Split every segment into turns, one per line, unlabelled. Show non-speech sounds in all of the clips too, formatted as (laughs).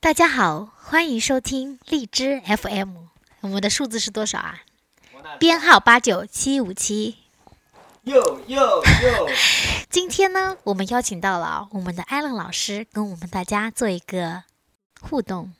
大家好，欢迎收听荔枝 FM，我们的数字是多少啊？编号八九七五七。
哟哟哟！
今天呢，我们邀请到了我们的艾伦老师，跟我们大家做一个互动。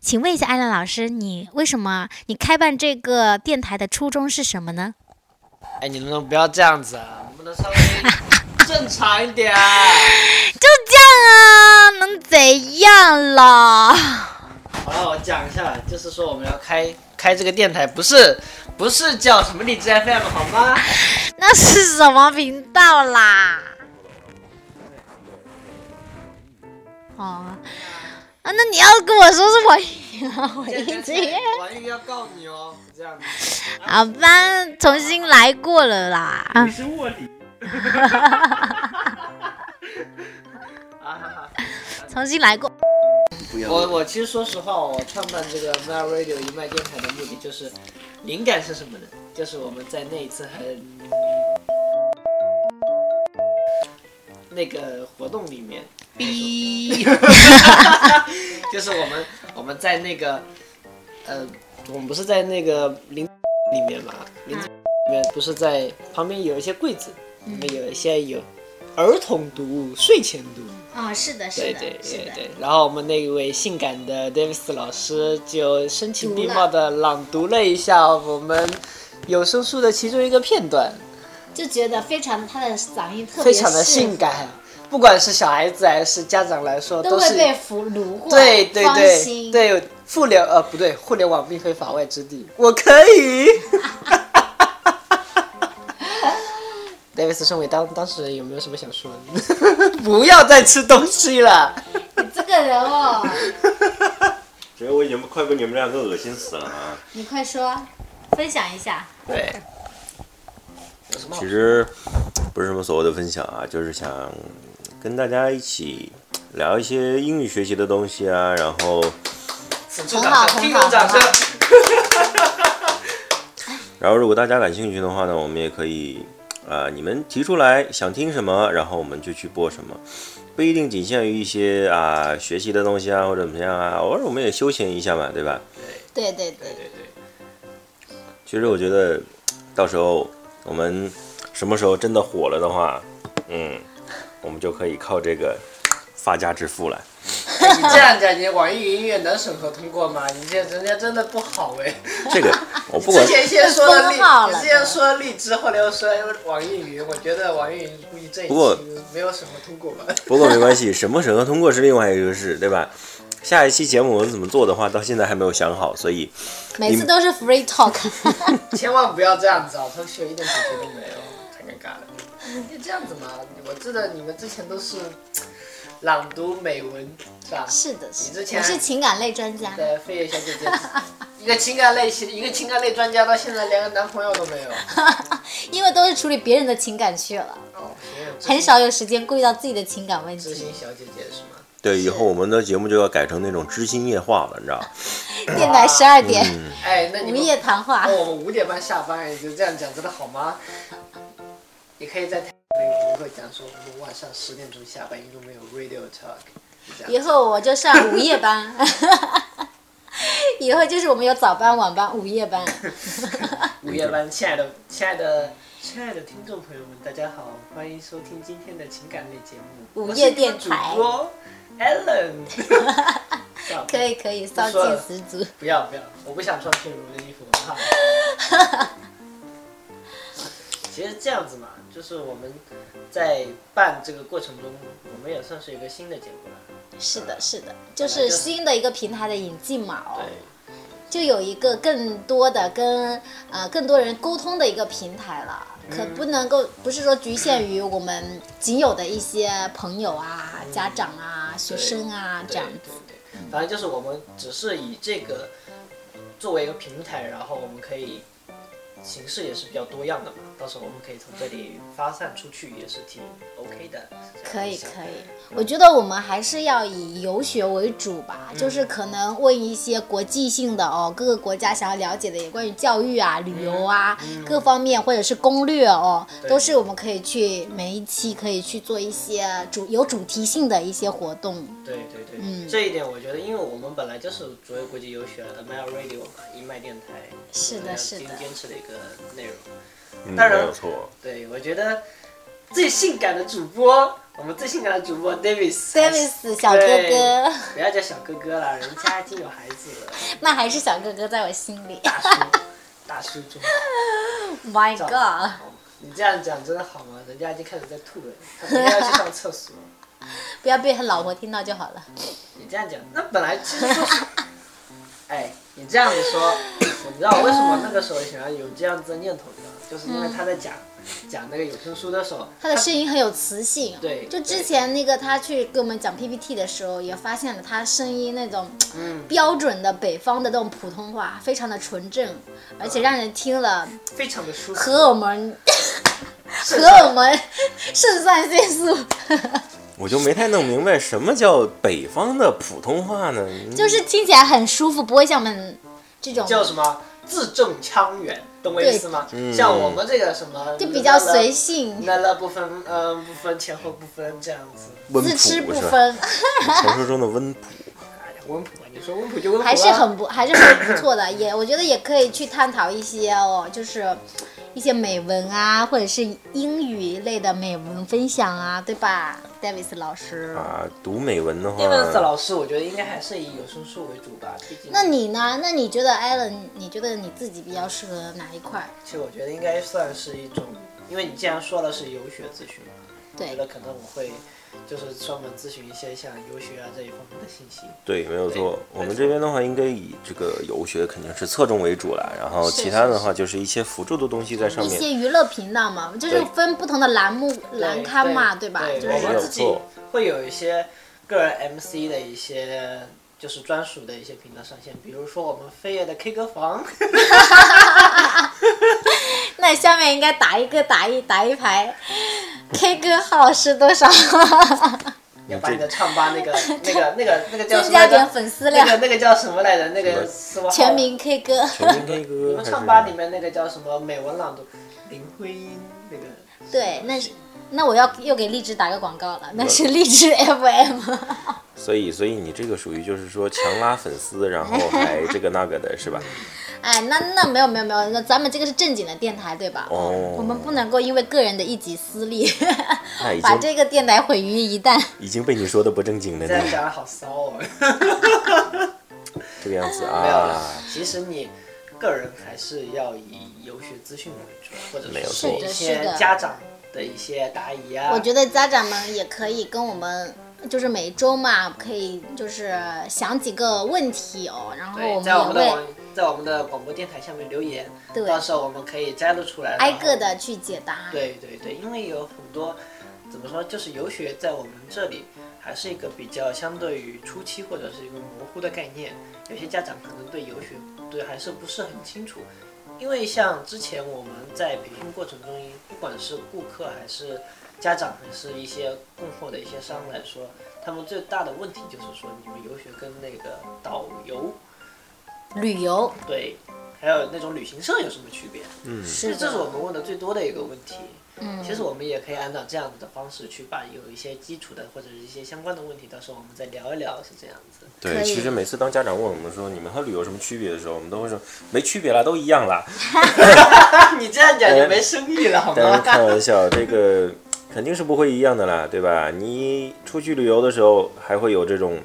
请问一下，艾伦老师，你为什么你开办这个电台的初衷是什么呢？
哎，你能不能不要这样子啊？能不能稍微正常一点啊？
就这样啊，能怎样啦？
好了，我讲一下，就是说我们要开开这个电台，不是不是叫什么荔枝 FM 好吗？
那是什么频道啦？哦，啊，那你要跟我说是我赢了， (laughs) 我一直也
王玉要告你哦，这样子。
好吧，重新来过了啦。
你是卧底。啊，
重新来过。
我我其实说实话，我创办这个 My Radio 一麦电台的目的就是，灵感是什么呢？就是我们在那一次很那个活动里面，逼，就是我们我们在那个呃，我们不是在那个林里面嘛，林里面不是在旁边有一些柜子，里面有一些有儿童读物、睡前读物。
啊、是的，
对对对对，然后我们那一位性感的 Davis 老师就声情并茂的朗读了一下我们有声书的其中一个片段，
就觉得非常他的嗓音特
非常的性，感，不管是小孩子还是家长来说，都是
俘虏过
对对对对互联呃不对，互联网并非法外之地，我可以。Davis 身为当当事人，有没有什么想说的？ (laughs) 不要再吃东西了。
你这个人哦，
觉得哎我已经快被你们两个恶心死了啊！
你快说，分享一下。
对，
其实不是什么所谓的分享啊，就是想跟大家一起聊一些英语学习的东西啊，然后
很
很好很好很好
然后如果大家感兴趣的话呢，我们也可以啊、呃你们提出来想听什么，然后我们就去播什么，不一定仅限于一些啊、学习的东西啊或者怎么样啊，偶尔我们也休闲一下嘛，对吧？
对对对，
对对，
其实我觉得到时候我们什么时候真的火了的话，嗯，我们就可以靠这个发家致富了。
你这样讲，你网易云音乐能审核通过吗？你这人家真的不好哎。
这
(laughs)
个我不管
之，前先说了荔，
封号了
你之前说了荔枝，后来又说网易云，我觉得网易云估计这一
不过
期没有审核通过吧。 (laughs)
不过没关系，审不审核通过是另外一个事，对吧？下一期节目我们怎么做的话，到现在还没有想好，所以
每次都是 free talk。
千万不要这样子啊，同学一点主题都没有，太尴尬了。就这样子嘛，我记得你们之前都是朗读美文，是吧？
(laughs) 是的，是
之
的，
前
我是情感类专家。
对，飞叶小姐姐，一个情感类系，一个情感类专家，到现在连个男朋友都没有。
因为都是处理别人的情感去了，
哦，没有知心
很少有时间顾及到自己的情感问
知
题。
心小姐姐是吗？
对以后我们的节目就要改成那种知心夜话了，你知道？嗯
电台十二点
哎，那你
午
们
夜谈话
那，我们五点半下班，你就这样讲，真的好吗？也可以在台里面会讲说，我们晚上十点钟下班，因为没有 radio talk，就这
以
样。
后我就上午夜班。 (laughs) 以后就是我们有早班、晚班、午夜班。 (laughs)
午夜班，亲爱的，亲爱的，亲爱的听众朋友们，大家好，欢迎收听今天的情感类节目，
午
我
夜
是你
电
们
台
主播 Allen。算了
(laughs) 可以可以，骚劲十足。
不要不要，我不想穿品如的衣服，我怕。
(laughs)
其实这样子嘛，就是我们在办这个过程中，我们也算是一个新的节目了。
是的，是的，就是新的一个平台的引进嘛，哦，
对，
就有一个更多的跟呃更多人沟通的一个平台了。
嗯
可不能够，不是说局限于我们仅有的一些朋友啊、家长啊、学生啊这样
对
子。
对对，反正就是我们只是以这个作为一个平台，然后我们可以形式也是比较多样的嘛，到时候我们可以从这里发散出去，也是挺 OK 的。是这
可
样
以
想
可以，我觉得我们还是要以游学为主吧，
嗯
就是可能问一些国际性的哦，各个国家想要了解的也关于教育啊、旅游啊、各方面，或者是攻略哦，
嗯对
都是我们可以去每一期可以去做一些主有主题性的一些活动。
对对对，
嗯
这一点我觉得，因为我们本来就是作为国际游学的 m a Radio 嘛，一麦电台，
是的
我们
是的
坚坚持的一个内容。
嗯，
当然
没有错。
对，我觉得最性感的主播，我们最性感的主播 Davis，
Davis 小哥哥， (laughs)
不要叫小哥哥了，人家已经有孩子了，
那还是小哥哥在我心里。
大叔，大叔中。
My God，
你这样讲真的好吗？人家已经开始在吐了，他明天要去上厕所。
不要被他老婆听到就好了。
你这样讲，那本来其实就是， (laughs) 哎，你这样子说，你知道为什么那个时候想要有这样子的念头呢？就是因为他在讲、讲那个有声书的时候，
他的声音很有磁性，
对
就之
对
前那个他去给我们讲 PPT 的时候，也发现了他声音那种
嗯
标准的北方的那种普通话，非常的纯正，而且让人听了
非常的舒服。
荷尔
(laughs)
蒙
是
荷尔蒙肾上腺素，
我就没太弄明白什么叫北方的普通话呢？
就是听起来很舒服，不会像我们这种
叫什么字正腔圆，懂我意思吗？像我们这个什么，
就比较随。性，
那那不分，呃，不分前后不分这样子。
温
自
普
吃不
是吧？
分， (laughs)
传说中的温普。
哎呀，温普吧，你说温普就温普、啊。
还是很不还是很不错的，也我觉得也可以去探讨一些哦，就是一些美文啊，或者是英语类的美文分享啊，对吧，Davis 老师？
啊，读美文的
英文的
话，
老师，我觉得应该还是以有声书为主吧，毕竟。
那你呢？那你觉得 Allen，你觉得你自己比较适合哪一块？
其实我觉得应该算是一种，因为你既然说了是游学咨询嘛，我觉
对
得可能我会就是专门咨询一些像游学啊这一方面的信息。
对，没有错
对。
我们这边的话，应该以这个游学肯定是侧重为主啦，然后
是
其他的
是
话就是一些辅助的东西在上
一
面。
些娱乐频道嘛，就是
对
分不同的栏目栏刊嘛，
对
吧？就
我
没
们
有
是
自己
错
会有一些个人 MC 的一些。就是专属的一些频道上线，比如说我们飞跃的 K 歌房，
嗯
那下面应该打一个打一打一排，K 歌号是多少？
(laughs) 要把你的唱吧那
(laughs)
个那个那个那个叫什
增
么
加
来
点
着？
粉丝
那个
量，
那个叫什么来着？那个
什么
什么号
全？民 K 歌。
全民
(laughs)
K
你
歌
们
还是
唱吧里面那个叫什么美文朗读？林徽因那个。
对，那是那我要又给荔枝打个广告了，那是荔枝 FM。
所以所以你这个属于就是说强拉粉丝，然后
(laughs)
还这个那个的是吧？
(laughs) 哎，那那没有没有没有，那咱们这个是正经的电台，对吧？
哦
我们不能够因为个人的一己私利，
(laughs) 那已
把
经
这个电台毁于一旦。
已经被你说的不正经了
这样
呢，
讲的好骚哦。
这个样子
没有
啊
了，。其实你个人还是要以游学资讯为主，啊或者
没有
是
错
一
是的是
些
的
家长的一些答疑啊。
我觉得家长们也可以跟我们。就是每周嘛，可以就是想几个问题哦，然后
对，
我们
在我
也
们的
会
网，在我们的广播电台下面留言，
对
到时候我们可以摘录出来，
挨
然后
个。的去解答。
对对对，因为有很多，怎么说，就是游学在我们这里还是一个比较相对于初期或者是一个模糊的概念，有些家长可能对游学对还是不是很清楚。因为像之前我们在培训过程中，不管是顾客还是家长，还是一些供货的一些商来说，他们最大的问题就是说，你们游学跟那个导游
旅游
对，还有那种旅行社有什么区别？
是
嗯这是我
的，
们问的最多的一个问题。
嗯
其实我们也可以按照这样子的方式去把有一些基础的或者是一些相关的问题，到时候我们再聊一聊，是这样 (laughs) 子。
可
对，
以
其实每次当家长问我们说你们和旅游有什么区别的时候，我们都会说没区别啦，都一样啦。
你这样讲就没生意了，好
但是
吗？
开玩笑，这个肯定是不会一样的啦，对吧？你出去旅游的时候还会有这种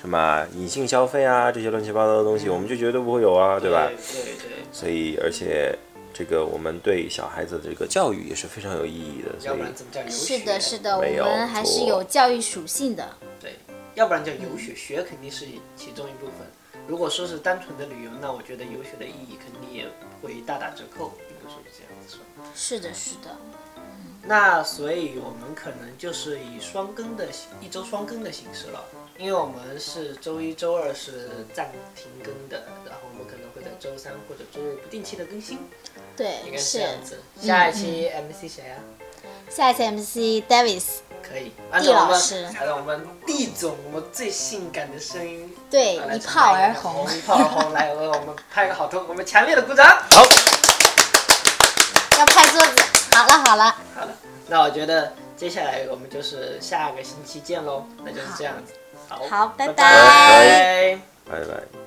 什么隐性消费啊，这些乱七八糟的东西，我们就绝对不会有啊，对
(laughs)
吧？
对对，
所以，而且这个我们对小孩子的这个教育也是非常有意义的，
要
所以
不然怎么叫游学？
是的，是的，我
没有
们还是
错
有教育属性的。
对，要不然叫游学，学肯定是其中一部分。如果说是单纯的旅游，那我觉得游学的意义肯定也会大打折扣，应该说是这样子说。
是的，是的。嗯
那所以我们可能就是以双更的形一周双更的形式了，因为我们是周一周二是暂停更的，然后我们可能会在周三或者周日不定期的更新，应
对，
该
是
是
嗯
这样子。下一期 MC 谁啊？
下一次 MC Davis，
可以，按照我
老
们
师
按照我们地总我们最性感的声音，
对
来，
哎一炮而
红
红，，
一炮而红，来为我们拍个好头，我们强烈的鼓掌。好，
要拍桌子。好了好了，
好了，那我觉得接下来我们就是下个星期见喽，那就是这样子。好，
好拜
拜
拜
拜
拜拜。